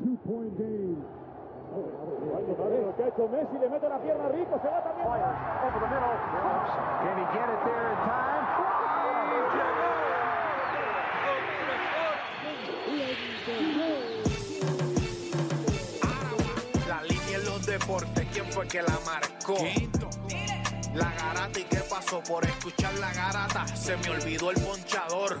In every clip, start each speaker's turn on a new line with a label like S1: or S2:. S1: two-point game.
S2: Lo que ha hecho Messi, le mete la pierna rico, se va también.
S3: Can he get it there in time?
S4: La línea en los deportes, ¿quién fue que la marcó? La garata y qué pasó por escuchar la garata, se me olvidó el ponchador.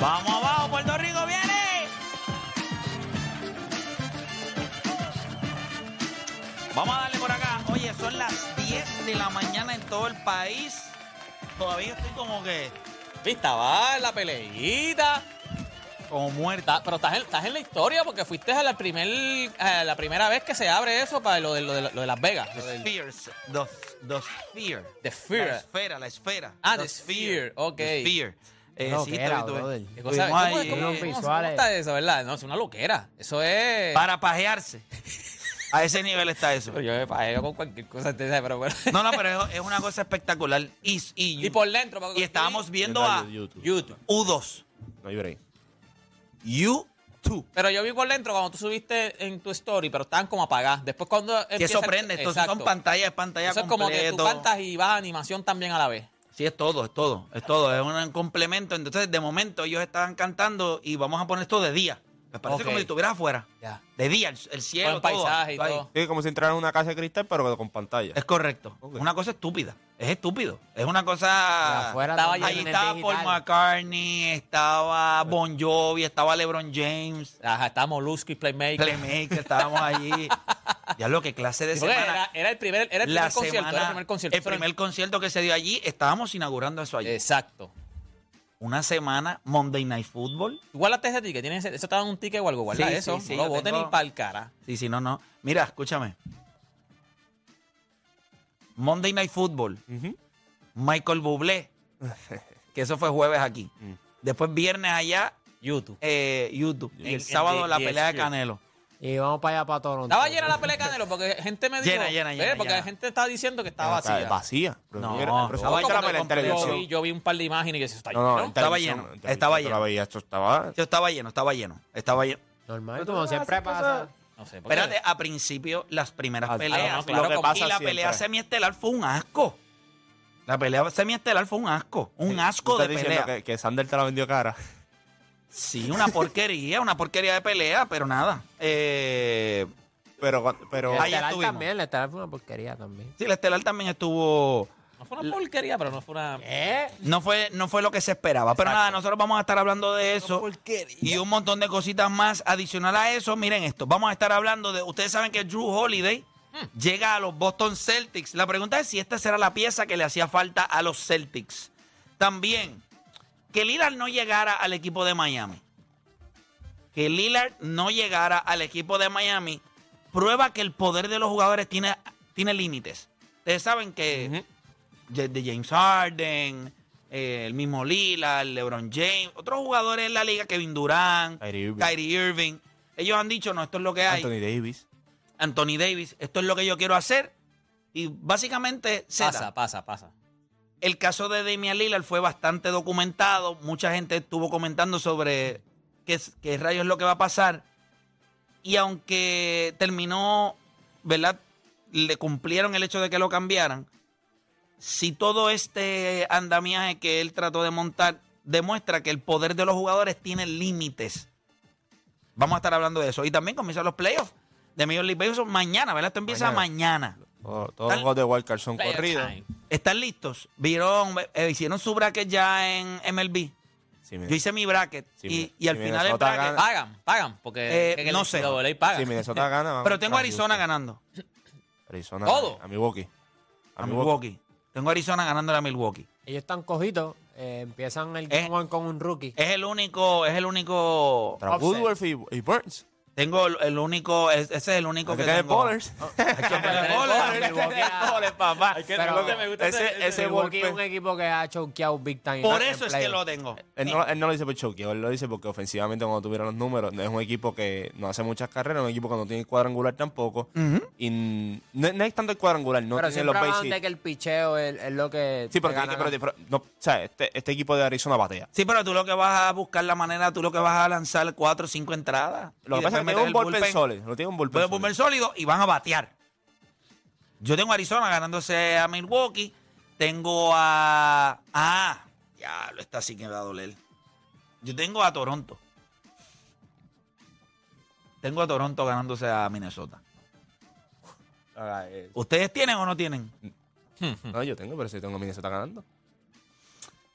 S5: Vamos abajo, Puerto Rico viene. Vamos a darle por acá. Oye, son las 10 de la mañana en todo el país. Todavía estoy como que,
S6: Vista, va en la peleita.
S5: como muerta.
S6: Está- pero estás en, estás en la historia porque fuiste a la, primer, a la primera vez que se abre eso para lo de, lo de, lo de Las Vegas. Lo del-
S5: Spheres, dos, dos sphere. La
S6: The Fear.
S5: esfera, la esfera.
S6: Ah,
S5: The
S6: the sphere, ok.
S5: The sphere. Eh,
S7: No,
S5: sí,
S7: que
S5: estuve-
S7: era,
S5: estuve-
S7: brother.
S6: ¿Qué cosa-
S5: estuvimos
S6: ¿Cómo,
S5: ahí,
S6: cómo-
S7: unos
S6: cómo- cómo
S7: visuales.
S6: está eso, verdad? No, es una loquera. Eso es.
S5: Para pajearse. A ese nivel está eso.
S6: Yo me pajeo con cualquier cosa, te sabes, pero bueno.
S5: No, no, pero es, es una cosa espectacular. Y, y,
S6: Y por dentro. para-
S5: y estábamos viendo a
S6: YouTube.
S5: U2.
S8: No hay break.
S5: U2.
S6: Pero yo vi por dentro cuando tú subiste en tu story, pero estaban como apagadas. Después cuando.
S5: Que
S6: empieza
S5: eso
S6: el-
S5: prende. Esto son
S6: Exacto.
S5: pantallas, es pantalla
S6: Eso es como que tú
S5: completo.
S6: cantas y vas a animación también a la vez.
S5: Sí, es todo, es todo, es todo, es un complemento. Entonces, de momento, ellos estaban cantando y vamos a poner esto de día. Me parece
S6: Ok.
S5: como si estuvieras afuera.
S6: Ya.
S5: De día, el, el cielo,
S6: Buen
S5: todo,
S6: paisaje y
S5: ahí.
S6: todo.
S8: Sí, como si entraran en una casa de cristal, pero con pantalla.
S5: Es correcto.
S8: Ok.
S5: Una cosa estúpida. Es estúpido. Es una
S7: De
S5: cosa.
S7: afuera
S6: Estaba
S7: donde
S6: ahí
S5: Ahí
S7: en el
S5: estaba
S7: digital.
S5: Paul McCartney, estaba Bon Jovi, estaba LeBron James,
S6: Ajá, estábamos Lusky Playmaker.
S5: Playmaker, estábamos allí. ya lo que clase de
S6: Sí, porque
S5: semana.
S6: "Eh, era, era el primer, era el
S5: la
S6: primer concierto,
S5: semana-
S6: era el primer concierto.
S5: el primer concierto que se dio allí, estábamos inaugurando eso allí.
S6: Exacto.
S5: Una semana, Monday Night Football.
S6: Tú guardaste ese ticket, tienes ese- eso estaba en un ticket o algo, guarda
S5: Sí,
S6: eso.
S5: sí, sí,
S6: no lo
S5: yo
S6: boten
S5: tengo-
S6: ni para el cara.
S5: Sí, sí, no, no. Mira, escúchame. Monday Night Football.
S8: Ujú.
S5: Michael Bublé. que eso fue jueves aquí.
S8: Mm.
S5: Después viernes allá,
S6: YouTube.
S5: eh, YouTube.
S6: En-
S5: y el
S6: en
S5: sábado
S6: D-
S5: la pelea de
S6: DSP.
S5: Canelo.
S7: Y vamos para allá, para Toronto.
S6: Estaba llena la pelea de Canelo porque gente me dijo.
S5: Llena, llena, llena,
S6: "Ve, Porque
S5: llena.
S6: la gente estaba diciendo que estaba
S8: O sea,
S6: vacía.
S8: Vacía. Pero
S5: No,
S8: era- pero
S5: no,
S8: se va a echar la
S6: Como
S8: pelea en
S6: que yo, vi,
S8: televisión.
S6: yo vi un par de imágenes y que eso está
S8: No, no,
S6: lleno.
S8: en
S5: Estaba
S8: televisión,
S5: lleno, estaba
S8: en televisión tú la
S5: lleno.
S8: veías, esto estaba.
S5: Yo estaba lleno, estaba lleno, estaba lleno.
S7: Normal, como siempre pasa.
S6: No sé. porque-
S5: Espérate, a principio las primeras
S8: Ah,
S5: peleas.
S6: ah, no,
S8: lo
S6: claro,
S8: que
S6: como-
S8: pasa
S5: y la
S8: siempre.
S5: pelea semiestelar fue un asco. La pelea semiestelar fue un asco. Un asco
S8: Tú
S5: de
S8: estás diciendo
S5: pelea.
S8: Que, que Sander te la vendió cara.
S5: Sí, una porquería, una porquería de pelea, pero nada. Eh,
S8: Pero, cuan- pero
S7: El
S5: Ahí
S7: estelar
S5: estuvimos.
S7: también, el estelar fue una porquería también.
S5: sí, la estelar también estuvo.
S6: No fue una porquería, pero no fue una.
S7: ¿Eh?
S5: No fue, no fue lo que se esperaba. Pero nada, nosotros vamos a estar hablando de eso. Y un montón de cositas más. Adicional a eso, miren esto. Vamos a estar hablando de. Ustedes saben que Drew Holiday llega a los Boston Celtics. La pregunta es si esta será la pieza que le hacía falta a los Celtics. También, que Lillard no llegara al equipo de Miami. Que Lillard no llegara al equipo de Miami. Prueba que el poder de los jugadores tiene, tiene límites. Ustedes saben que de- de James Harden, eh, el mismo Lila, LeBron James, otros jugadores en la liga, Kevin Durant,
S8: Kyrie Irving.
S5: Kyrie Irving. Ellos han dicho, no, esto es lo que hay.
S8: Anthony Davis.
S5: Anthony Davis, esto es lo que yo quiero hacer. Y básicamente se da.
S6: Pasa, pasa, pasa.
S5: El caso de Damian Lillard fue bastante documentado. Mucha gente estuvo comentando sobre qué, es- qué rayos es lo que va a pasar. Y aunque terminó, ¿verdad? Le cumplieron el hecho de que lo cambiaran. Si todo este andamiaje que él trató de montar demuestra que el poder de los jugadores tiene límites. Vamos a estar hablando de eso. Y también comienzan los playoffs de Major League Baseball mañana, ¿verdad? Esto empieza mañana.
S8: Oh, todos los juegos de Wildcard son
S6: Player
S8: corridos.
S6: time.
S5: ¿Están listos? ¿Vieron? eh, hicieron su bracket ya en MLB.
S8: Si, Mi-
S5: Yo hice mi bracket
S8: Sí,
S5: y,
S8: mira.
S5: y al final
S8: Sí,
S5: el
S8: Minnesota
S5: bracket. Ah,
S8: gana.
S6: Pagan, pagan, porque
S5: Eh,
S6: que en el
S5: no sé.
S6: NCAA pagan.
S8: si Minnesota gana, vamos
S5: Pero tengo a
S8: a
S5: Arizona
S8: Houston.
S5: ganando.
S8: Arizona.
S6: Todo.
S8: A Milwaukee.
S5: A Milwaukee. Tengo a Arizona ganando a Milwaukee.
S7: Ellos están cojitos. eh, empiezan el
S5: Eh.
S7: Game One con un rookie.
S5: Es el único, es el único.
S8: Contra
S7: Upset.
S8: Woodworth y, y Burns.
S5: Tengo el, el único, es- ese es el único que
S8: Porque tiene
S5: tengo.
S8: bowlers.
S5: Bowlers,
S7: Hay que poner-
S5: bowlers,
S7: Milwaukee ha-
S5: bowlers, papá.
S7: Pero-
S8: Ese, ese
S7: Milwaukee es un
S8: golpe.
S7: equipo que ha choqueado big time.
S5: Por
S7: en
S5: eso es que
S7: playoff.
S5: lo tengo.
S8: Él no, él no lo dice por choqueo, él lo dice porque ofensivamente cuando tuvieron los números, es un equipo que no hace muchas carreras, un equipo que no tiene cuadrangular tampoco. Y n- no, no es tanto el cuadrangular, no
S7: Pero
S8: tiene
S7: siempre
S8: los
S7: hablan
S8: bases.
S7: de que el picheo es, es lo que.
S8: Sí, pero,
S7: te
S8: tiene que-
S7: gana
S8: pero- pero- no, o sea, este, este equipo de Arizona batea.
S5: Sí, pero tú lo que vas a buscar la manera, tú lo que vas a lanzar cuatro o cinco entradas.
S8: Lo
S5: y
S8: que
S5: después
S8: pasa es que tiene
S5: meter
S8: un
S5: el
S8: bullpen
S5: bullpen.
S8: sólido. Lo tiene un
S5: Voy
S8: bullpen
S5: a volver
S8: sólido.
S5: sólido y van a batear. Yo tengo a Arizona ganándose a Milwaukee. Tengo a. Ah, diablo, esta sí que me va a doler. Yo tengo a Toronto. Tengo a Toronto ganándose a Minnesota.
S8: Ah, eh,
S5: ¿Ustedes tienen o no tienen? Hmm.
S8: No, yo tengo, pero si tengo Minnesota ganando.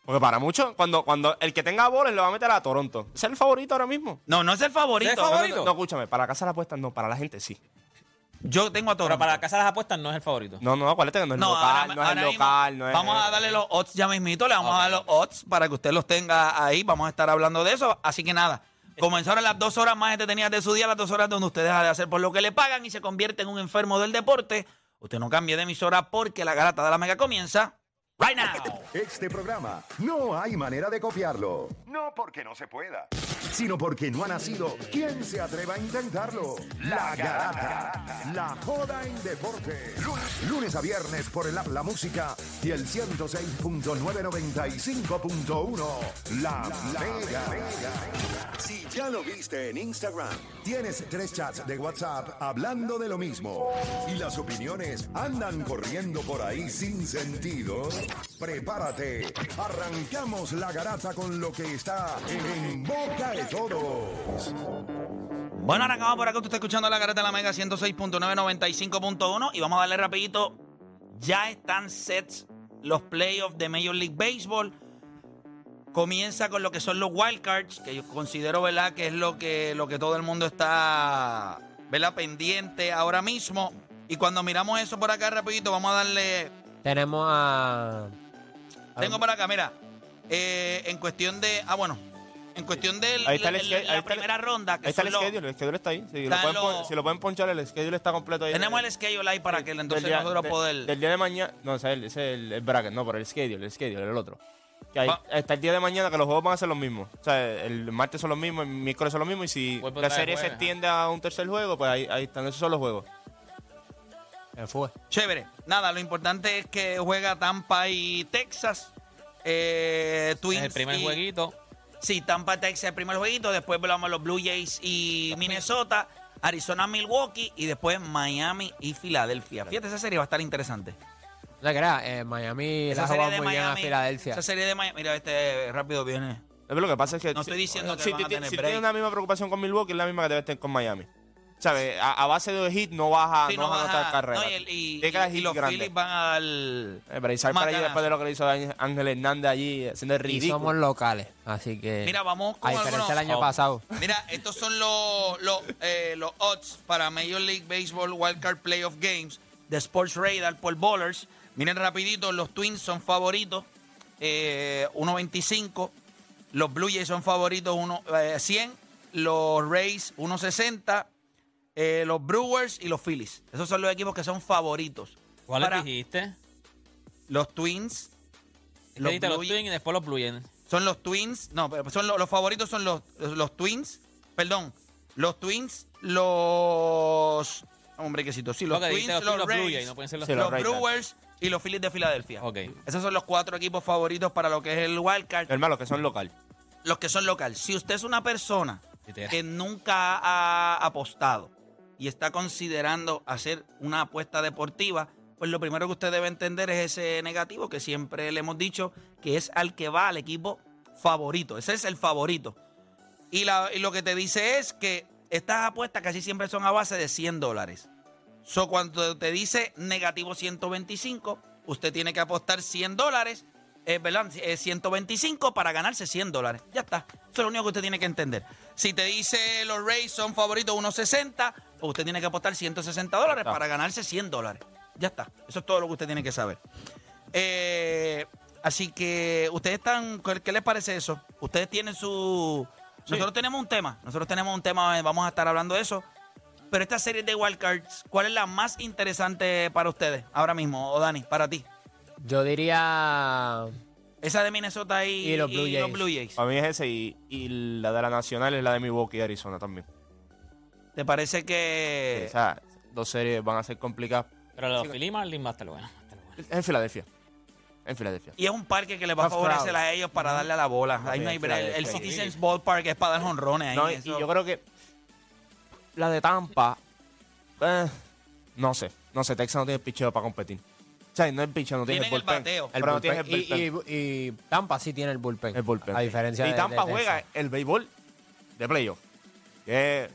S8: Porque para muchos, cuando, cuando el que tenga bolas lo va a meter a Toronto. Es el favorito ahora mismo.
S5: No, no es el favorito.
S6: ¿Es el favorito?
S8: No, escúchame, para la casa de las apuestas no, para la gente sí.
S5: Yo tengo a Toronto.
S6: Pero para la casa de las apuestas no es el favorito.
S8: No, no, acuérdate que no es
S5: No,
S8: local,
S5: ahora-
S8: no es el
S5: ahora mismo
S8: local, no es.
S5: Vamos a darle los odds ya mismito, le vamos a dar los odds para que usted los tenga ahí. Vamos a estar hablando de eso. Así que nada, comenzaron las dos horas más entretenidas de su día, las dos horas donde usted deja de hacer por lo que le pagan y se convierte en un enfermo del deporte. Usted no cambie de emisora porque la garata de la mega comienza right now.
S1: Este programa no hay manera de copiarlo. No porque no se pueda, sino porque no ha nacido quien se atreva a intentarlo. La garata. La joda en deporte. Lunes, lunes a viernes por el app La Música y el 106.995.1. La, Mega. Si ya lo viste en Instagram, tienes tres chats de WhatsApp hablando de lo mismo y las opiniones andan corriendo por ahí sin sentido. Prepárate, arrancamos la garata con lo que está en boca de todos.
S5: Bueno, arrancamos por acá. Usted está escuchando la careta de la Mega 106.995.1 y vamos a darle rapidito. Ya están sets los playoffs de Major League Baseball. Comienza con lo que son los wildcards, que yo considero, ¿verdad?, que es lo que, lo que todo el mundo está, ¿verdad?, pendiente ahora mismo. Y cuando miramos eso por acá rapidito, vamos a darle
S7: Tenemos a.
S5: tengo por acá, mira. eh, en cuestión de. Ah, bueno. En cuestión de
S8: Ahí está
S5: la,
S8: el
S5: la-
S8: schedule,
S5: la
S8: ahí está el-
S5: primera ronda. Que
S8: Ahí está
S5: son
S8: el
S5: los-
S8: schedule, el schedule está ahí. Si lo,
S5: Están
S8: pueden, pon-
S5: los-
S8: si lo pueden ponchar, el schedule está completo ahí.
S5: Tenemos el schedule ahí para que el- entonces
S8: día,
S5: nosotros
S8: de-
S5: poder.
S8: Del día de mañana. No, ese es el, ese es el- el bracket, no, pero el schedule, el schedule, el otro. Que ahí
S5: Va.
S8: está el día de mañana que los juegos van a ser los mismos. O sea, el martes son los mismos, el miércoles son los mismos. Y si
S6: Vuelve
S8: la
S6: otra vez
S8: serie se
S6: jueves,
S8: extiende a un tercer juego, pues ahí, ahí están. Esos son los juegos.
S7: Se eh, fue.
S5: Chévere. Nada, lo importante es que juega Tampa y Texas. Eh,
S6: Es
S5: Twins.
S6: el primer
S5: y-
S6: jueguito.
S5: Sí, Tampa, Texas, el primer jueguito. Después hablamos de los Blue Jays y Minnesota. Arizona, Milwaukee. Y después Miami y Filadelfia. Fíjate, esa serie va a estar interesante.
S7: No te creas, eh, Miami la ha jugado muy bien a Filadelfia.
S5: Esa serie de Miami. Mira, este rápido viene.
S8: Es Lo que pasa es que.
S5: No estoy diciendo que
S8: si,
S5: van a
S8: ti-
S5: tener
S8: si
S5: break.
S8: tienes la misma preocupación con Milwaukee, es la misma que debes tener con Miami. ¿Sabes? A, a base de hit no vas a,
S5: Sí,
S8: Ah, no vas a
S5: van
S8: anotar carrera.
S5: no, y, el- y-
S8: Tienes que dar
S5: y- y
S8: hit
S5: los
S8: grande.
S5: Phillies van al.
S8: Eh, pero Isaac para allí,
S5: Macanazo.
S8: después de lo que le hizo a Ángel- Ángel Hernández allí, haciendo el
S7: Y
S8: ridículo.
S7: somos locales, así que.
S5: Mira, vamos con
S7: A diferencia del
S5: algunos-
S7: año pasado.
S5: Mira, estos son los, los, eh, los odds para Major League Baseball Wildcard Playoff Games de Sports Radar por Bowlers. Miren rapidito, los Twins son favoritos, eh, 1.25. Los Blue Jays son favoritos, uno, eh, 100. Los Rays, 1.60. eh, los Brewers y los Phillies. Esos son los equipos que son favoritos.
S6: ¿Cuáles
S5: Para
S6: dijiste?
S5: Los Twins.
S6: Los,
S5: Los
S6: los
S5: Blue-
S6: Twins y después los Blue Jays.
S5: Son los Twins. No, pero son los, los favoritos son los, los, los Twins. Perdón. Los Twins, los un brequecito. Sí,
S6: Lo
S5: los
S6: que
S5: Twins,
S6: dijiste,
S5: los,
S6: los Twins, los Blue
S5: Rays,
S6: Jays, no pueden ser los-
S8: Sí,
S5: los
S8: los Rays,
S5: Brewers y los Phillies de Filadelfia.
S6: Ok.
S5: Esos son los cuatro equipos favoritos para lo que es el wild card.
S8: Hermano, que son local.
S5: los que son local. Si usted es una persona
S6: Literal.
S5: que nunca ha apostado y está considerando hacer una apuesta deportiva, pues lo primero que usted debe entender es ese negativo que siempre le hemos dicho que es al que va al equipo favorito. Ese es el favorito. Y, la- y lo que te dice es que estas apuestas casi siempre son a base de 100 dólares. So, cuando te dice negativo 125, usted tiene que apostar 100 dólares, eh, ¿verdad? Eh, 125 para ganarse 100 dólares. Ya está. Eso es lo único que usted tiene que entender. Si te dice los Rays son favoritos 1.60, pues usted tiene que apostar 160 dólares
S8: está.
S5: para ganarse 100 dólares. Ya está. Eso es todo lo que usted tiene que saber. Eh, así que ustedes están, ¿qué qué les parece eso? Ustedes tienen su... Nosotros tenemos un tema, nosotros tenemos un tema, eh, vamos a estar hablando de eso. Pero esta serie de wildcards, ¿cuál es la más interesante para ustedes ahora mismo, o Dani, para ti?
S7: Yo diría.
S5: Esa de Minnesota y,
S7: Y los Blue Jays.
S8: Para mí es ese y, y la de la nacional es la de Milwaukee y Arizona también.
S5: ¿Te parece que
S8: O sea, dos series van a ser complicadas.
S6: Pero los Phillies Marlins va a estar bueno. va a estar bueno.
S8: Es en Filadelfia. En Filadelfia.
S5: Y es un parque que les va a
S8: Tough crowd.
S5: favorecer a ellos para darle a la bola. Ahí no hay
S8: sí,
S5: break. el,
S8: sí.
S5: Citizens Ballpark es para dar jonrones ahí.
S8: No, y,
S5: eso.
S8: y yo creo que la de Tampa, eh, no sé, no sé, Texas no tiene picheo para competir. O sea, no es picheo, no tiene
S5: Tienen el
S8: bullpen.
S5: bateo.
S8: Pero no tiene el
S7: y,
S8: bullpen.
S7: y- y Tampa sí tiene el bullpen.
S8: El bullpen.
S7: A diferencia
S8: y
S7: de. de
S8: Tampa
S7: Texas.
S8: juega el béisbol de playoff. Que es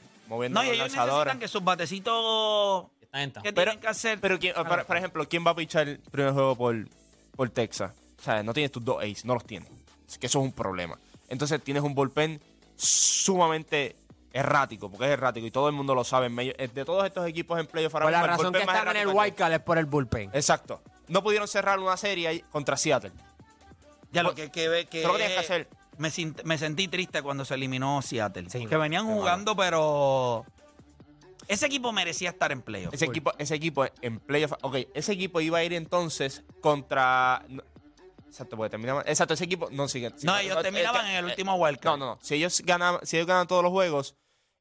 S5: No,
S8: moviendo a
S5: y
S8: los
S5: ellos necesitan
S8: lanzadores.
S5: que sus batecitos
S6: Está en
S5: que
S6: Tampa.
S5: tienen que hacer.
S8: Pero,
S7: Ah,
S8: ¿quién- por, por ejemplo, ¿quién va a pichar el primer juego por, por Texas? O sea, no tienes tus dos aces, no los tienes. Así que eso es un problema. Entonces tienes un bullpen sumamente errático, porque es errático y todo el mundo lo sabe. En medio- de todos estos equipos en playoff ahora
S7: Pues la
S8: mismo, el
S7: razón que
S8: bullpen más
S7: están en el
S8: errático es
S7: wildcard es por el bullpen.
S8: Exacto. No pudieron cerrar una serie ahí contra Seattle.
S5: Ya lo que, que, que,
S8: Solo tienes que hacer.
S5: Me, sint- me sentí triste cuando se eliminó Seattle.
S7: Sí.
S5: que venían jugando, pero. Ese equipo merecía estar en playoff.
S8: Ese equipo, ese equipo en playoff. Ok, ese equipo iba a ir entonces contra. no- exacto, porque terminaban. Exacto, ese equipo. No, eh, sigue.
S5: no, ellos terminaban en el último wildcard.
S8: No, no, no. Si ellos ganaban, si ellos ganaban todos los juegos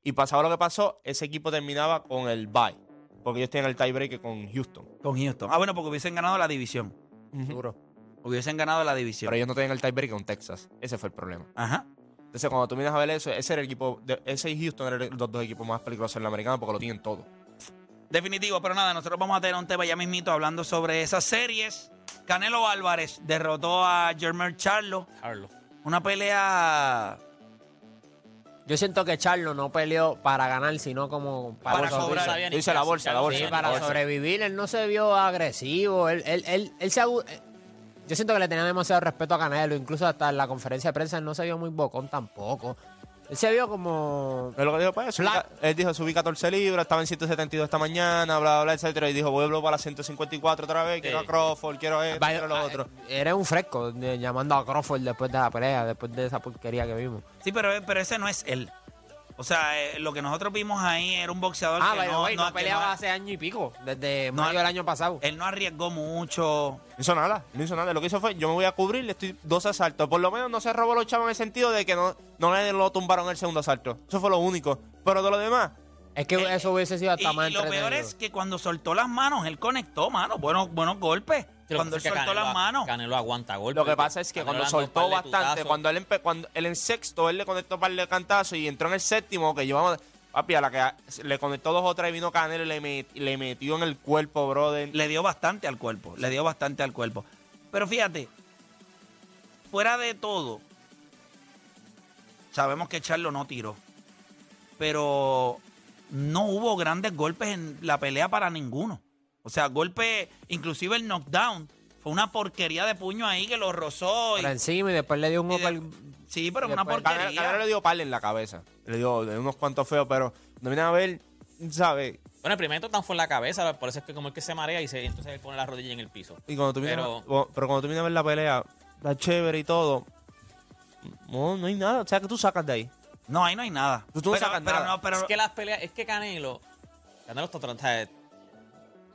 S8: y pasaba lo que pasó, ese equipo terminaba con el bye. Porque ellos tienen el tiebreak con Houston.
S5: Con Houston. Ah, bueno, porque hubiesen ganado la división.
S7: Duro.
S5: Hubiesen ganado la división.
S8: Pero ellos no tienen el tiebreak con Texas. Ese fue el problema.
S5: Ajá.
S8: Entonces, cuando tú miras a ver eso, ese era el equipo. de- ese y Houston eran los dos equipos más peligrosos en la americana porque lo tienen todo.
S5: Definitivo, pero nada, nosotros vamos a tener un tema ya mismito hablando sobre esas series. Canelo Álvarez derrotó a Germán Charlo.
S6: Carlos.
S5: Una pelea
S7: Yo siento que Charlo no peleó para ganar, sino como para,
S5: Para
S7: sobre-
S5: sobrar.
S8: Yo hice la bolsa, la bolsa.
S7: Sí, para
S8: bolsa.
S7: sobrevivir. Él no se vio agresivo. Él, él, él, él se agu- eh, Yo siento que le tenía demasiado respeto a Canelo. Incluso hasta en la conferencia de prensa él no se vio muy bocón tampoco. Él se vio como.
S8: Es lo que dijo, pues, subí
S7: Flat.
S8: ca- él dijo, subí 14 libras, estaba en 172 esta mañana, bla, bla, bla, etcétera, y dijo, vuelvo para la 154 otra vez, quiero a Crawford, quiero esto, quiero
S7: ah,
S8: lo otro.
S7: eh, Era un fresco de- llamando a Crawford después de la pelea, después de esa porquería que vimos.
S5: Sí, pero, pero ese no es él. O sea, eh, lo que nosotros vimos ahí era un boxeador
S7: Ah,
S5: que
S7: pero
S5: no,
S7: no,
S5: no- que
S7: peleaba
S5: no-
S7: hace año y pico, desde
S5: No, eh,
S7: mayo del año pasado.
S5: él no arriesgó mucho.
S8: No hizo nada, no hizo nada. Lo que hizo fue, yo me voy a cubrir, le estoy dos asaltos. Por lo menos no se robó los chavos en el sentido de que no, no le lo tumbaron el segundo asalto. Eso fue lo único. Pero de lo demás,
S7: Es que
S5: eh,
S7: eso hubiese sido
S5: Y,
S7: hasta más
S5: y lo peor
S7: entretenido.
S5: es que cuando soltó las manos, él conectó, mano. Buenos, buenos golpes. Cuando él soltó las manos.
S6: Canelo aguanta golpes.
S8: lo que pasa es que
S6: Canelo
S8: cuando
S6: lanzó un par
S8: soltó
S6: de
S8: bastante,
S6: tutazos.
S8: cuando él, empe- cuando él en sexto, él le conectó un par de cantazos y entró en el séptimo, que llevamos... Papi, a la que a- le conectó dos o tres y vino Canelo y le, met- le metió en el cuerpo, brother.
S5: le dio bastante al cuerpo, le dio bastante al cuerpo. Pero fíjate, fuera de todo, sabemos que Charlo no tiró, pero no hubo grandes golpes en la pelea para ninguno. O sea, golpe, inclusive el knockdown, fue una porquería de puño ahí que lo rozó. y-
S7: Por encima y después le dio un
S5: y de-
S7: upper.
S5: sí, pero una
S7: después-
S8: Canelo, Canelo
S5: porquería.
S8: le dio pal en la cabeza. Le dio de unos cuantos feos, pero no viene a ver, ¿sabes?
S6: Bueno, el primer touchdown fue en la cabeza, por eso es que como el que se marea y se, entonces él pone la rodilla en el piso.
S8: Y cuando tú vienes,
S6: Pero-
S8: a- bueno, pero... cuando tú vienes a ver la pelea, la chévere y todo, no, no hay nada. O sea, que tú sacas de ahí.
S5: No, ahí no hay nada.
S8: Tú no
S5: Pero-
S8: sacas
S5: pero
S8: nada.
S5: no, pero-
S6: es que las peleas, es que Canelo, Canelo está tratando, o sea,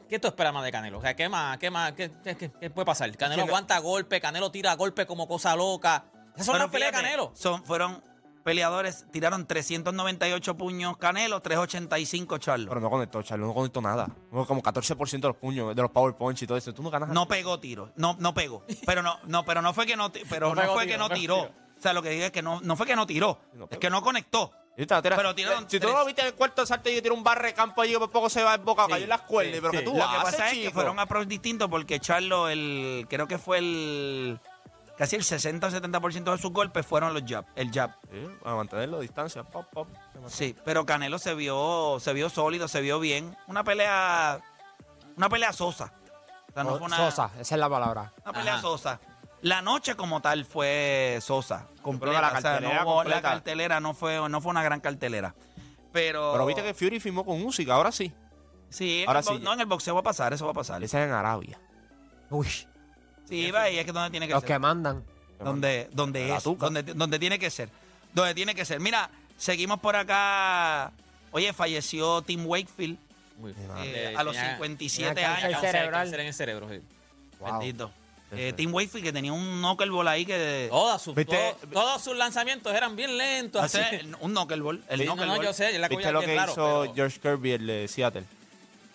S6: ¿Qué tú esperas más de Canelo? O sea, ¿qué más? ¿Qué más? ¿Qué, qué- qué- qué puede pasar? Canelo
S8: que no-
S6: aguanta golpe, Canelo tira golpe como cosa loca. Esas son
S5: pero
S6: las peleas de
S5: fíjate,
S6: Canelo.
S5: Son, fueron peleadores tiraron 398 puños Canelo, 385 Charlo.
S8: Pero no conectó, Charlo, no conectó nada. Hubo Como 14% de los puños, de los power punch y todo eso. Tú no ganas
S5: No pegó tiro, no, no pegó. Pero no, no, pero no fue que no, ti- pero
S6: No
S5: no,
S6: pegó
S5: fue
S6: tiro,
S5: que no
S6: no pegó
S5: tiró.
S6: tiro.
S5: O sea, lo que digo es que no, no fue que no tiró,
S8: No
S5: es
S8: pegó.
S5: que no conectó.
S8: Yo estaba- tira-
S5: Pero tiraron
S8: eh, si tú
S5: tres.
S8: no lo viste en el cuarto salto y tiró un barre de campo allí que por poco se va el boca,
S6: Sí,
S8: cayó en las cuerdas.
S6: sí,
S8: pero
S6: sí.
S8: que tú
S5: Lo que
S8: haces,
S5: pasa es que
S8: chico?
S5: fueron approach distintos porque Charlo, el, creo que fue el casi el 60 o 70% de sus golpes fueron los jab, el jab.
S8: Sí, a mantenerlo a distancia. Pop, pop.
S5: Sí, pero Canelo se vio, se vio sólido, se vio bien. Una pelea, una pelea sosa. O sea, no fue una,
S7: Oh, Sosa, esa es la palabra.
S5: Una pelea
S6: Ajá.
S5: sosa. La noche como tal fue sosa. Completa,
S8: la
S5: o sea,
S8: cartelera
S5: no hubo- la
S8: completa.
S5: cartelera no fue, no fue una gran cartelera. Pero,
S8: Pero viste que Fury firmó con música, ahora sí.
S5: sí, en
S8: ahora
S5: el bo-
S8: sí.
S5: no en el boxeo va a pasar, eso va a pasar.
S8: Esa es en Arabia.
S7: Uy,
S5: Sí, va y es que donde tiene que
S7: los
S5: ser.
S7: que mandan.
S5: donde, donde
S8: La
S5: es,
S8: tuca.
S5: donde, donde tiene que ser, donde tiene que ser. Mira, seguimos por acá. Oye, falleció Tim Wakefield
S6: Muy
S8: Ah.
S5: eh,
S6: Eh,
S5: a los
S6: tenía-
S5: 57
S7: tenía
S5: años.
S7: cáncer
S6: cáncer-
S7: cerebral.
S6: cáncer en el cerebro, sí.
S7: Wow.
S5: Bendito. Eh,
S8: Perfecto.
S5: Tim Wakefield que tenía un knuckleball ahí que...
S6: Todas sus-
S8: Viste-
S6: todo- todos sus lanzamientos eran bien lentos.
S5: o
S6: Así.
S5: sea, un knuckleball. El
S8: Sí.
S6: No, no,
S5: knuckleball.
S6: yo sé, yo la
S8: ¿Viste
S6: cogía
S8: lo
S6: bien
S8: que
S6: raro,
S8: hizo
S6: pero-
S8: George Kirby, el de Seattle?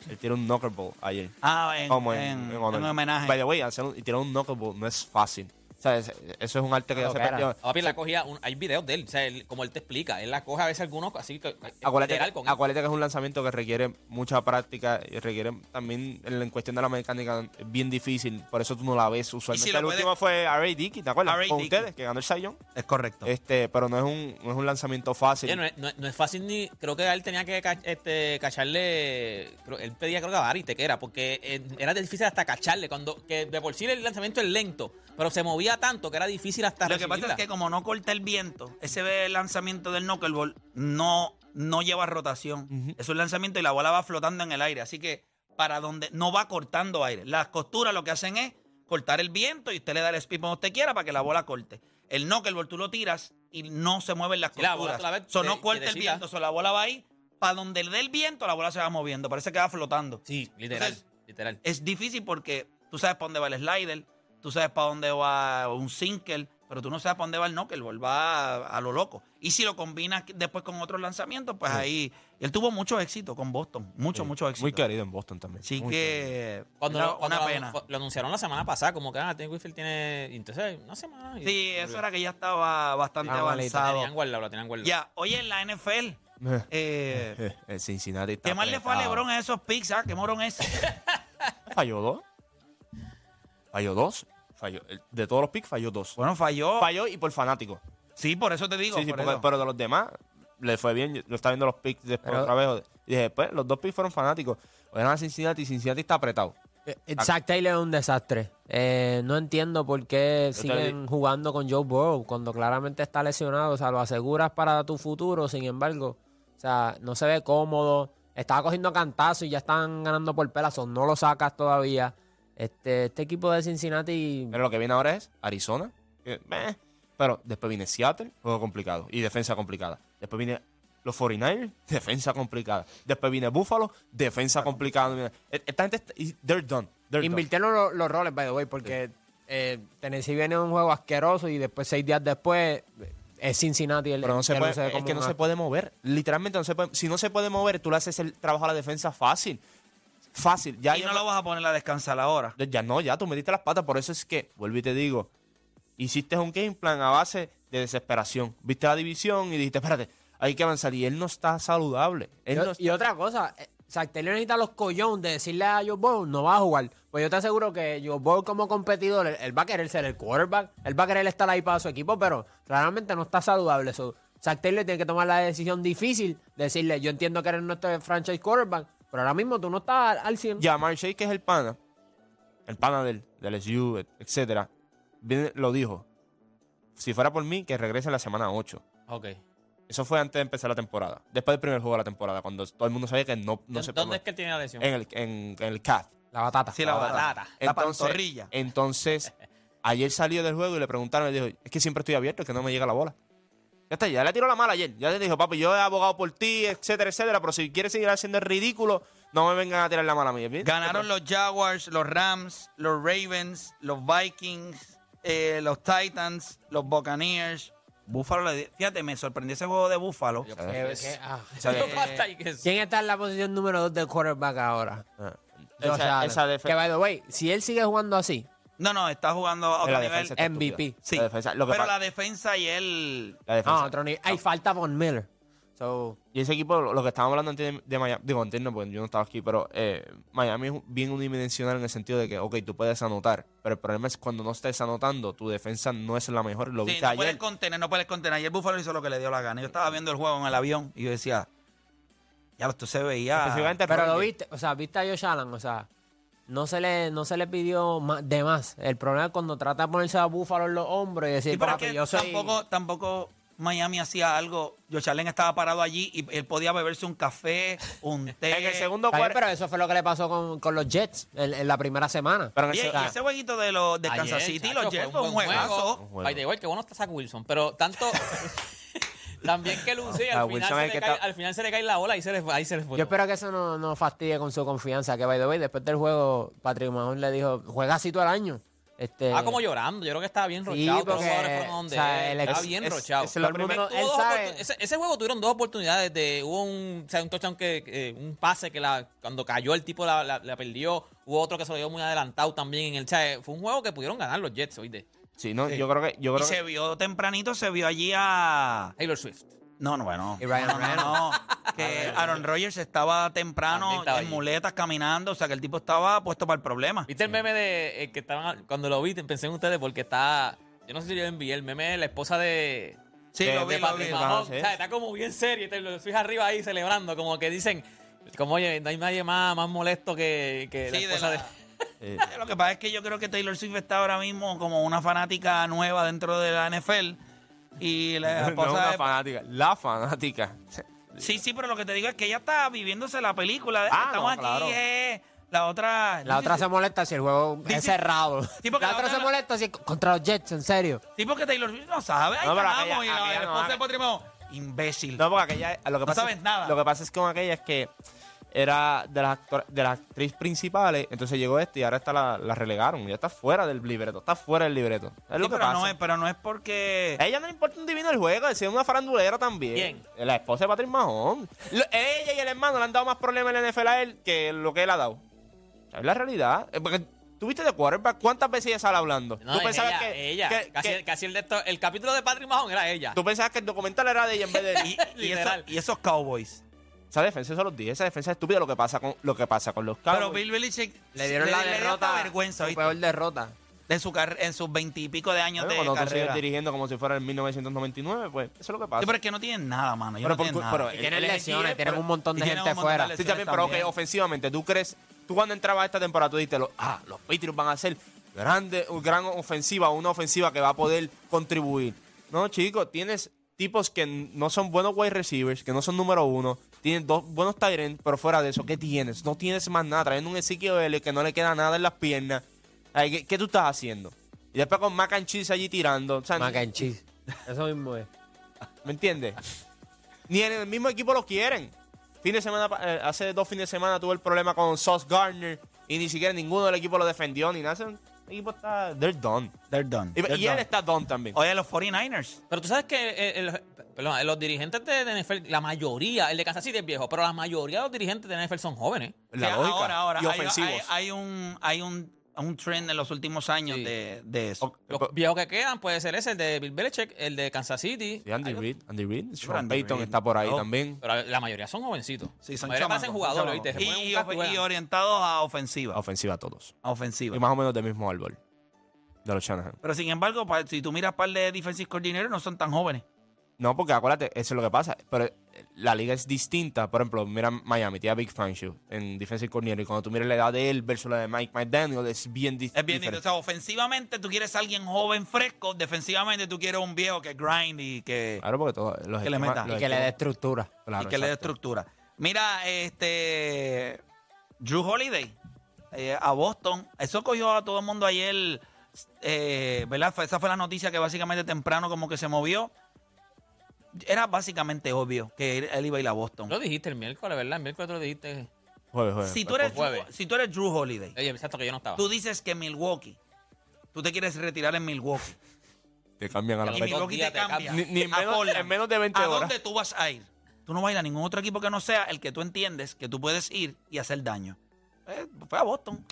S8: Él tiró un knuckleball ayer.
S5: Ah, en,
S8: Como en,
S5: en-
S8: en honor.
S5: en homenaje.
S8: By the way, hacer un- y tirar un knuckleball no es fácil. O sea, es- eso es un arte que ya
S7: Lo
S8: se
S7: que era.
S8: perdió.
S6: Papi, la cogía, un- hay videos de él, o sea, él- como él te explica, él la coge a veces algunos, así que eh,
S8: Acuérdate,
S6: literal con él.
S8: acuérdate que es un lanzamiento que requiere mucha práctica y requiere también en en cuestión de la mecánica es bien difícil, por eso tú no la ves usualmente.
S5: lo
S8: el
S5: puedes-
S8: último fue R.A. Dickey, ¿te acuerdas?
S5: R.A.
S8: Con
S5: Dickey.
S8: ustedes, que ganó el Sayon.
S5: Es correcto.
S8: Este, pero no es un, no es un lanzamiento fácil.
S6: Oye, no, es, no es- no es fácil ni. Creo que a él tenía que ca- este, cacharle. creo- él pedía, creo que a Barite, que era, porque eh, era difícil hasta cacharle. cuando que De por sí el lanzamiento es lento, pero se movía tanto que era difícil hasta
S5: Lo que pasa es
S6: recibirla.
S5: que como no corta el viento, ese lanzamiento del knuckleball no, no lleva rotación. Es un lanzamiento y la bola va flotando en el aire. Así que para donde no va cortando aire. Las costuras lo que hacen es cortar el viento y usted le da el speed cuando usted quiera para que la bola corte. El knuckleball tú lo tiras y no se mueven las
S6: Sí, la
S5: costuras.
S6: bola tú la ves
S5: So,
S6: de-
S5: no corta el
S6: derechita.
S5: viento, so, la bola va ahí. Para donde le dé el viento, la bola se va moviendo. Parece que va flotando.
S6: Sí, literal.
S5: Entonces,
S6: literal.
S5: Es difícil porque tú sabes para dónde va el slider, tú sabes para dónde va un sinker, pero tú no sabes para dónde va el knuckleball, va a, a lo loco. Y si lo combinas después con otros lanzamientos, pues ahí. Él tuvo mucho éxito con Boston, mucho,
S8: Sí,
S5: mucho éxito.
S8: Eh, Muy querido en Boston también.
S5: Así
S8: muy
S5: que.
S8: querido.
S6: Cuando,
S5: era
S6: lo, cuando
S5: una
S6: lo-
S5: pena.
S6: lo anunciaron la semana pasada, como que ah, Tim Whitfield tiene. y Entonces, una semana. y-
S5: Sí, eso era que ya estaba bastante
S7: Ah, malito.
S6: La
S5: avanzado.
S6: tenían guardado, la tenían guardado.
S5: Ya, oye, en la NFL. eh,
S8: Eh, el Cincinnati está
S5: ¿Qué mal le fue a
S8: apretado.
S5: Lebron a esos picks? Ah, qué morón es.
S8: Falló dos. Falló dos. Falló, el- de todos los picks, falló dos.
S5: Bueno, falló.
S8: Falló y por fanático.
S5: Sí, por eso te digo.
S8: Sí, sí,
S5: por
S8: porque-
S5: eso.
S8: pero de los demás le fue bien. Yo yo estaba viendo los picks después
S7: Pero-
S8: otra vez. Y dije, pues, los dos picks fueron fanáticos. O eran a Cincinnati y Cincinnati está apretado.
S7: Eh, Zach Taylor es un desastre. Eh, no entiendo por qué
S8: Yo te lo
S7: siguen jugando con Joe Burrow cuando claramente está lesionado. O sea, lo aseguras para tu futuro, sin embargo. O sea, no se ve cómodo. Estaba cogiendo cantazos y ya están ganando por pelazos. No lo sacas todavía. Este, este equipo de Cincinnati.
S8: Pero lo que viene ahora es Arizona. que, meh. Pero después viene Seattle, juego complicado. Y defensa complicada. Después viene los 49ers, defensa complicada. Después viene Buffalo, defensa complicada. Mira, e- Esta gente, está- y they're done. They're done.
S7: Invirtieron lo- los roles, by the way, porque eh, Tennessee viene un juego asqueroso y después, seis días después, eh, es Cincinnati el
S8: Pero no se
S7: que
S8: puede,
S7: ve
S8: es
S7: como
S8: que no
S7: un
S8: se
S7: as-
S8: puede mover. Literalmente no se puede. Si no se puede mover, tú le haces el trabajo a la defensa fácil. Fácil. Ya
S5: y no
S8: lleva-
S5: lo vas a poner a descansar ahora.
S8: Ya no, ya tú metiste las patas. Por eso es que, vuelvo y te digo, hiciste un game plan a base de desesperación. Viste la división y dijiste, espérate, hay que avanzar. Y él no está saludable. Él
S7: Y o-
S8: no
S7: y,
S8: está-
S7: otra cosa, eh, Zach Taylor necesita los collones de decirle a Joe Burrow no va a jugar. Pues yo te aseguro que Joe Burrow como competidor, él, él va a querer ser el quarterback, él va a querer estar ahí para su equipo, pero claramente no está saludable. So, Zach Taylor tiene que tomar la decisión difícil, decirle, yo entiendo que eres nuestro franchise quarterback, pero ahora mismo tú no estás al, al 100.
S8: Jamar Chase, que es el pana, el pana del, del SU, etcétera, viene- lo dijo. Si fuera por mí, que regrese la semana 8.
S6: Ok.
S8: Eso fue antes de empezar la temporada. Después del primer juego de la temporada, cuando todo el mundo sabía que no, no se
S6: ¿Dónde
S8: puede-
S6: es que él tiene la lesión? Ah,
S8: En el, en, en el CAF.
S7: La batata.
S5: Sí, la batata. La
S8: Entonces-
S5: pantorrilla.
S8: Entonces, ayer salió del juego y le preguntaron, le dijo, es que siempre estoy abierto, es que no me llega la bola. Ya está, ya le tiró la mala ayer. Ya le dijo, papi, yo he abogado por ti, etcétera, etcétera, pero si quieres seguir haciendo el ridículo, no me vengan a tirar la mala a mí. ¿bien?
S5: Ganaron los Jaguars, los Rams, los Ravens, los Vikings, eh, los Titans, los Buccaneers, Búfalo, le- fíjate, me sorprendió ese juego de Búfalo.
S7: Que- que- ah.
S8: Esa-
S6: No falta ahí que-
S7: ¿Quién está en la posición número 2 del quarterback ahora? Josh
S8: ah, esa,
S7: Allen.
S8: esa defensa.
S7: Que, by the way, si él sigue jugando así,
S5: No, no, está jugando a
S8: la
S5: otro nivel.
S8: defensa está
S7: MVP.
S8: estúpida.
S5: Sí,
S8: La defensa. Lo que
S5: pero
S8: pa-
S5: la defensa y él...
S8: la
S7: ah,
S8: defensa.
S7: otro nivel. Hay falta Von Miller. So,
S8: Y ese equipo, lo lo que estábamos hablando antes de, de Miami, digo antes no, porque yo no estaba aquí, pero eh, Miami es bien unidimensional en el sentido de que, ok, tú puedes anotar, pero el problema es cuando no estés anotando, tu defensa no es la mejor. Lo
S5: Sí,
S8: viste
S5: no puedes
S8: ayer.
S5: contener, no puedes contener. Ayer Búfalo hizo lo que le dio la gana. Yo estaba viendo el juego en el avión y yo decía, ya esto se veía...
S8: Específicamente el
S7: pero lo
S8: running
S7: viste, o sea, viste a Josh Allen, o sea, no se le, no se le pidió más, de más. El problema es cuando trata de ponerse a Búfalo en los hombros y decir,
S5: Sí, pero es
S7: "Papi,
S5: que
S7: yo soy...
S5: tampoco, tampoco Miami hacía algo. Josh Allen estaba parado allí y él podía beberse un café, un té.
S8: game. En el segundo
S7: Está bien,
S8: cuarto.
S7: pero eso fue lo que le pasó con, con los Jets en, en la primera semana.
S8: pero en el
S5: Oye,
S8: se-
S5: y ese jueguito de los de
S6: Ayer,
S5: Kansas City,
S6: chacho,
S5: los
S6: fue
S5: Jets,
S6: un
S5: fue un
S6: buen juego.
S5: juegazo.
S8: juego.
S6: By the way, qué bueno está Zach Wilson, pero tanto... también que luce,
S8: Ah,
S6: al, final
S8: Wilson
S6: se
S8: es
S6: le
S8: que
S6: cae-
S8: está-
S6: al final se le cae la bola y se le, ahí se
S5: Pues
S6: le fue.
S7: Yo
S6: todo.
S7: espero que eso no, no fastidie con su confianza. Que by the way, después del juego, Patrick Mahomes le dijo, juega así todo el año. Este,
S6: Ah, como llorando. Yo creo que estaba bien
S7: Sí,
S6: rochado. todos los
S7: porque,
S6: jugadores fueron donde
S7: o sea,
S6: él.
S7: el ex-
S6: Estaba bien
S8: es-
S6: rochado.
S8: es el
S6: Pero
S8: primero.
S6: tuvo
S7: Él
S6: dos
S7: sabe.
S6: oportun- ese, ese juego tuvieron dos oportunidades. De, hubo un, o sea, un touchdown que, eh, un pase que la, cuando cayó el tipo la, la- la perdió. Hubo otro que se lo dio muy adelantado también en el o sea, Fue un juego que pudieron ganar los Jets hoy de
S8: sí, no, yo creo que. Yo
S5: Y
S8: creo
S5: se
S8: que
S5: vio tempranito, se vio allí a...
S6: Taylor Swift.
S5: No, no, bueno.
S7: Y Ryan
S5: no, no, no, no. Que Aaron Rodgers estaba temprano
S6: También estaba
S5: en
S6: allí.
S5: muletas caminando, o sea que el tipo estaba puesto para el problema.
S6: ¿Viste el meme de eh, que estaban cuando lo vi? Pensé en ustedes porque está. Yo no sé si yo lo envié el meme de la esposa de,
S5: Sí,
S8: De-
S5: lo vi,
S6: de
S8: de
S5: lo vi.
S6: Patrick
S8: sí.
S6: Mahomes.
S8: Sí.
S6: O sea, está como bien serio. y Los Swift arriba ahí celebrando, como que dicen, como oye, no hay nadie más, más molesto que, que
S5: Sí,
S6: la
S5: de
S6: esposa de.
S5: la-
S8: eh,
S5: Lo que pasa es que yo creo que Taylor Swift está ahora mismo como una fanática nueva dentro de la NFL. Y la
S8: no es
S5: esposa
S8: una
S5: de-
S8: fanática. La fanática.
S5: pues. Sí, sí, pero lo que te digo es que ella está viviéndose la película.
S8: Ah,
S5: Estamos
S8: no,
S5: aquí,
S8: claro.
S5: eh, la otra...
S7: La otra se molesta si el juego
S5: Dice-
S7: es cerrado.
S5: Sí, porque
S7: la
S5: la
S7: otra
S5: otra
S7: se
S5: no-
S7: molesta si contra los Jets, en serio.
S5: Sí, porque Taylor Swift no sabe. Ahí
S8: No, pero
S5: ganamos,
S8: aquella-
S5: y la,
S8: aquella no
S5: esposa
S8: haga-
S5: de Patrick Mahomes, Imbécil.
S8: No, porque aquella. Lo que
S5: No
S8: pasa
S5: sabes
S8: es,
S5: nada.
S8: Lo que pasa es que con aquella es que era de las actor- de las actrices principales, entonces llegó este y ahora está la, la relegaron. Ya está fuera del libreto, está fuera del libreto. Es
S5: Sí,
S8: lo que
S5: pero,
S8: pasa.
S5: no es, pero no es porque...
S8: A ella no le importa un divino el juego, es una farandulera también.
S6: ¿Quién?
S8: La esposa de Patrick Mahón. Ella y el hermano le han dado más problemas en la NFL a él que lo que él ha dado. Es la realidad. Eh, Porque tuviste de quarterback, ¿cuántas veces ella sale hablando?
S6: No, es ella, ella.
S8: que-
S6: casi,
S8: que-
S6: casi el, de esto- el capítulo de Patrick Mahomes era ella.
S8: tú pensabas que el documental era de ella en vez de él.
S5: Y, y eso-
S6: Literal.
S5: y esos Cowboys.
S8: Esa defensa, eso los dije, esa defensa es estúpida lo que pasa con, lo que pasa con los
S5: Pero
S8: Cowboys.
S5: Bill Belichick
S7: Le dieron la
S5: dio hasta
S7: derrota.
S5: vergüenza,
S7: su
S5: ¿viste?
S7: peor derrota.
S5: de su carre- en sus veintipico de años
S8: Bueno,
S5: de
S8: cuando tú sigues
S5: carrera. Sí,
S8: dirigiendo como si fuera en 1999, pues eso es lo que pasa.
S5: pero es que no tienen nada, mano. Ellos
S8: Pero
S5: no
S8: por
S5: tienen
S8: cu-
S5: nada.
S8: pero
S7: Y tienen
S8: él es
S7: lesiones,
S8: líder,
S7: tienen
S8: pero-
S7: un montón
S5: y
S7: de
S5: tienen
S7: gente
S5: un montón de
S7: fuera.
S5: lesiones.
S8: Sí, también, pero ok,
S5: también.
S8: ofensivamente, ¿tú crees? Tú cuando entrabas a esta temporada, tú dijiste, lo- ah, los Patriots van a ser grande, gran ofensiva, una ofensiva que va a poder contribuir. No, chicos, tienes tipos que n- no son buenos wide receivers, que no son número uno, tienes dos buenos tight ends, pero fuera de eso, ¿qué tienes? No tienes más nada, trayendo un Ezequiel que no le queda nada en las piernas. Ay, ¿qué, qué tú estás haciendo? Y después con Mac and Cheese allí tirando. o sea,
S7: Mac and cheese. Eso mismo es.
S8: ¿Me entiendes? Ni en el mismo equipo lo quieren. Fin de semana, pa- eh, hace dos fines de semana tuve el problema con Sauce Gardner y ni siquiera ninguno del equipo lo defendió ni nada. Ese equipo está. They're done.
S5: They're done.
S8: Y,
S5: They're
S8: y él
S5: done.
S8: está done también.
S5: Oye, los 49ers.
S6: Pero tú sabes que eh, eh, los- perdón, los dirigentes de de NFL, la mayoría, el de Kansas City es viejo, pero la mayoría de los dirigentes de NFL son jóvenes.
S8: La
S5: Que
S8: lógica.
S5: Ahora, ahora,
S8: y
S5: hay-
S8: ofensivos.
S5: Hay, hay un, hay un, un trend en los últimos años
S6: Sí.
S5: de, de eso.
S8: O-
S6: Los
S8: po-
S6: viejos que quedan puede ser ese, el de Bill Belichick, el de Kansas City.
S8: sí, Andy
S6: Hay otro-
S8: Reid. Andy Reid. Sean
S5: Andy
S8: Payton
S5: Reid.
S8: está por ahí
S5: No.
S8: también.
S6: Pero la mayoría son jovencitos.
S5: Sí, son
S6: La mayoría
S5: chamacos,
S6: parecen
S5: son
S6: jugadores,
S5: chamacos.
S6: ¿oíste? Se ponen
S5: Y,
S6: un casco
S5: ofe- y
S6: juegan.
S5: orientados a ofensiva.
S8: Ofensiva a todos.
S5: A ofensiva.
S8: Y más o menos del mismo árbol. De los Shanahan.
S5: Pero sin embargo, pa- si tú miras par de defensive coordinators, no son tan jóvenes.
S8: No, porque acuérdate, eso es lo que pasa. Pero eh, la liga es distinta. Por ejemplo, mira Miami, tiene a Big Fanshew en defensive corner. Y cuando tú miras la edad de él versus la de Mike McDaniel, es bien, dis-
S5: Es bien, o
S8: diferente.
S5: sea, ofensivamente tú quieres a alguien joven, fresco. Defensivamente tú quieres un viejo que grind y que,
S8: Claro, porque todos los
S5: Que le
S8: esquemas-
S5: meta.
S8: los
S7: Y que le dé
S8: esquemas-
S7: estructura.
S8: claro,
S5: y que le dé
S8: exacto.
S5: estructura. Mira, este. Drew Holiday eh, a Boston. Eso cogió a todo el mundo ayer. eh, ¿Verdad? Fue- Esa fue la noticia que básicamente temprano como que se movió. Era básicamente obvio que él- él iba a ir a Boston.
S6: Lo dijiste el miércoles, ¿verdad? El miércoles tú lo dijiste.
S8: Jueves, Pues, jueves.
S5: Si tú, eres
S6: Fue
S5: Drew,
S6: jueves.
S5: si tú eres Drew Holiday,
S6: Oye, exacto que yo no estaba.
S5: tú dices que Milwaukee, tú te quieres retirar en Milwaukee.
S8: te cambian a la
S6: Y
S5: Y
S6: Dos
S5: Milwaukee
S6: días
S5: te
S6: te
S5: cambia.
S8: Ni- ni en
S5: a
S8: menos-
S5: Portland.
S8: en menos de 20
S5: ¿A
S8: horas.
S5: dónde tú vas a ir? Tú no vas a ir a ningún otro equipo que no sea el que tú entiendes que tú puedes ir y hacer daño. Eh, fue a Boston.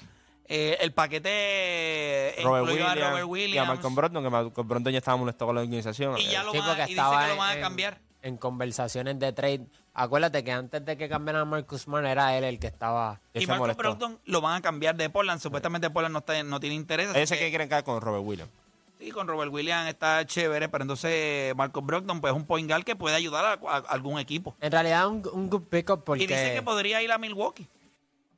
S5: Eh, el paquete incluyó
S8: Robert Williams,
S5: a Robert
S8: y a
S5: Williams.
S8: Malcolm Brogdon, que Malcolm Brogdon ya estaba molesto con la organización.
S5: Y ya lo
S7: Sí,
S5: van
S7: porque
S5: a, y dice
S7: estaba
S5: que lo van
S7: en-
S5: a cambiar.
S7: En conversaciones de trade. Acuérdate que antes de que cambiaran a Marcus Mann era él el que estaba.
S8: Él
S5: Y
S8: se
S5: Malcolm
S8: molestó.
S5: Brogdon lo van a cambiar de Portland. Supuestamente Portland no, está- no tiene interés. así
S8: Ellos se quieren quedar con Robert Williams.
S5: Sí, con Robert Williams está chévere, pero entonces Marcos Brogdon pues, es un point guard que puede ayudar a, a algún equipo.
S7: En realidad un, un good pickup porque.
S5: Y dicen que podría ir a Milwaukee.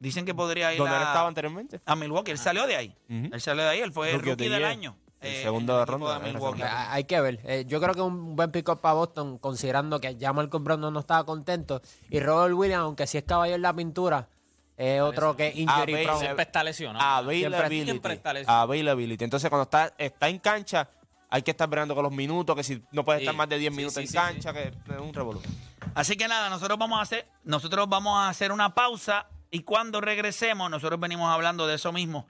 S5: Dicen que podría ir
S8: Donde
S5: a,
S8: él estaba anteriormente.
S5: a Milwaukee. Él salió de ahí.
S8: Ah. Ujú.
S5: Él salió de ahí. Él fue el
S8: Rookie of the
S5: rookie del
S8: year.
S5: año.
S8: En
S5: eh,
S8: segunda
S5: en el equipo
S8: ronda,
S5: de
S8: en la
S5: Milwaukee.
S8: segunda.
S7: Ah, Hay que ver. Eh, yo creo que un buen pick-up para Boston, considerando que ya Malcolm Brogdon no estaba contento. Y Robert Williams, aunque sí es caballo en la pintura, es otro que es injury
S8: Ah,
S7: prone.
S8: ve-
S6: Siempre está lesionado.
S8: Availability.
S6: siempre está lesionado.
S8: Availability. Entonces, cuando está, está en cancha, hay que estar esperando con los minutos, que si no puedes estar
S6: Sí.
S8: más de 10
S6: Sí,
S8: minutos
S6: sí,
S8: en
S6: sí,
S8: cancha, que es un revolución.
S5: Así que nada, nosotros vamos a hacer, nosotros vamos a hacer una pausa y cuando regresemos, nosotros venimos hablando de eso mismo.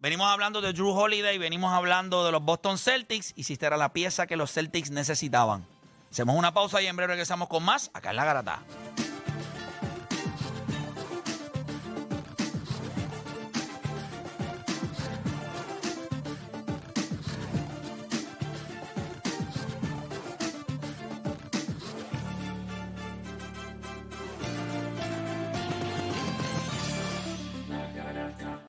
S5: Venimos hablando de Drew Holiday, venimos hablando de los Boston Celtics y si esta era la pieza que los Celtics necesitaban. Hacemos una pausa y en breve regresamos con más acá en la garata.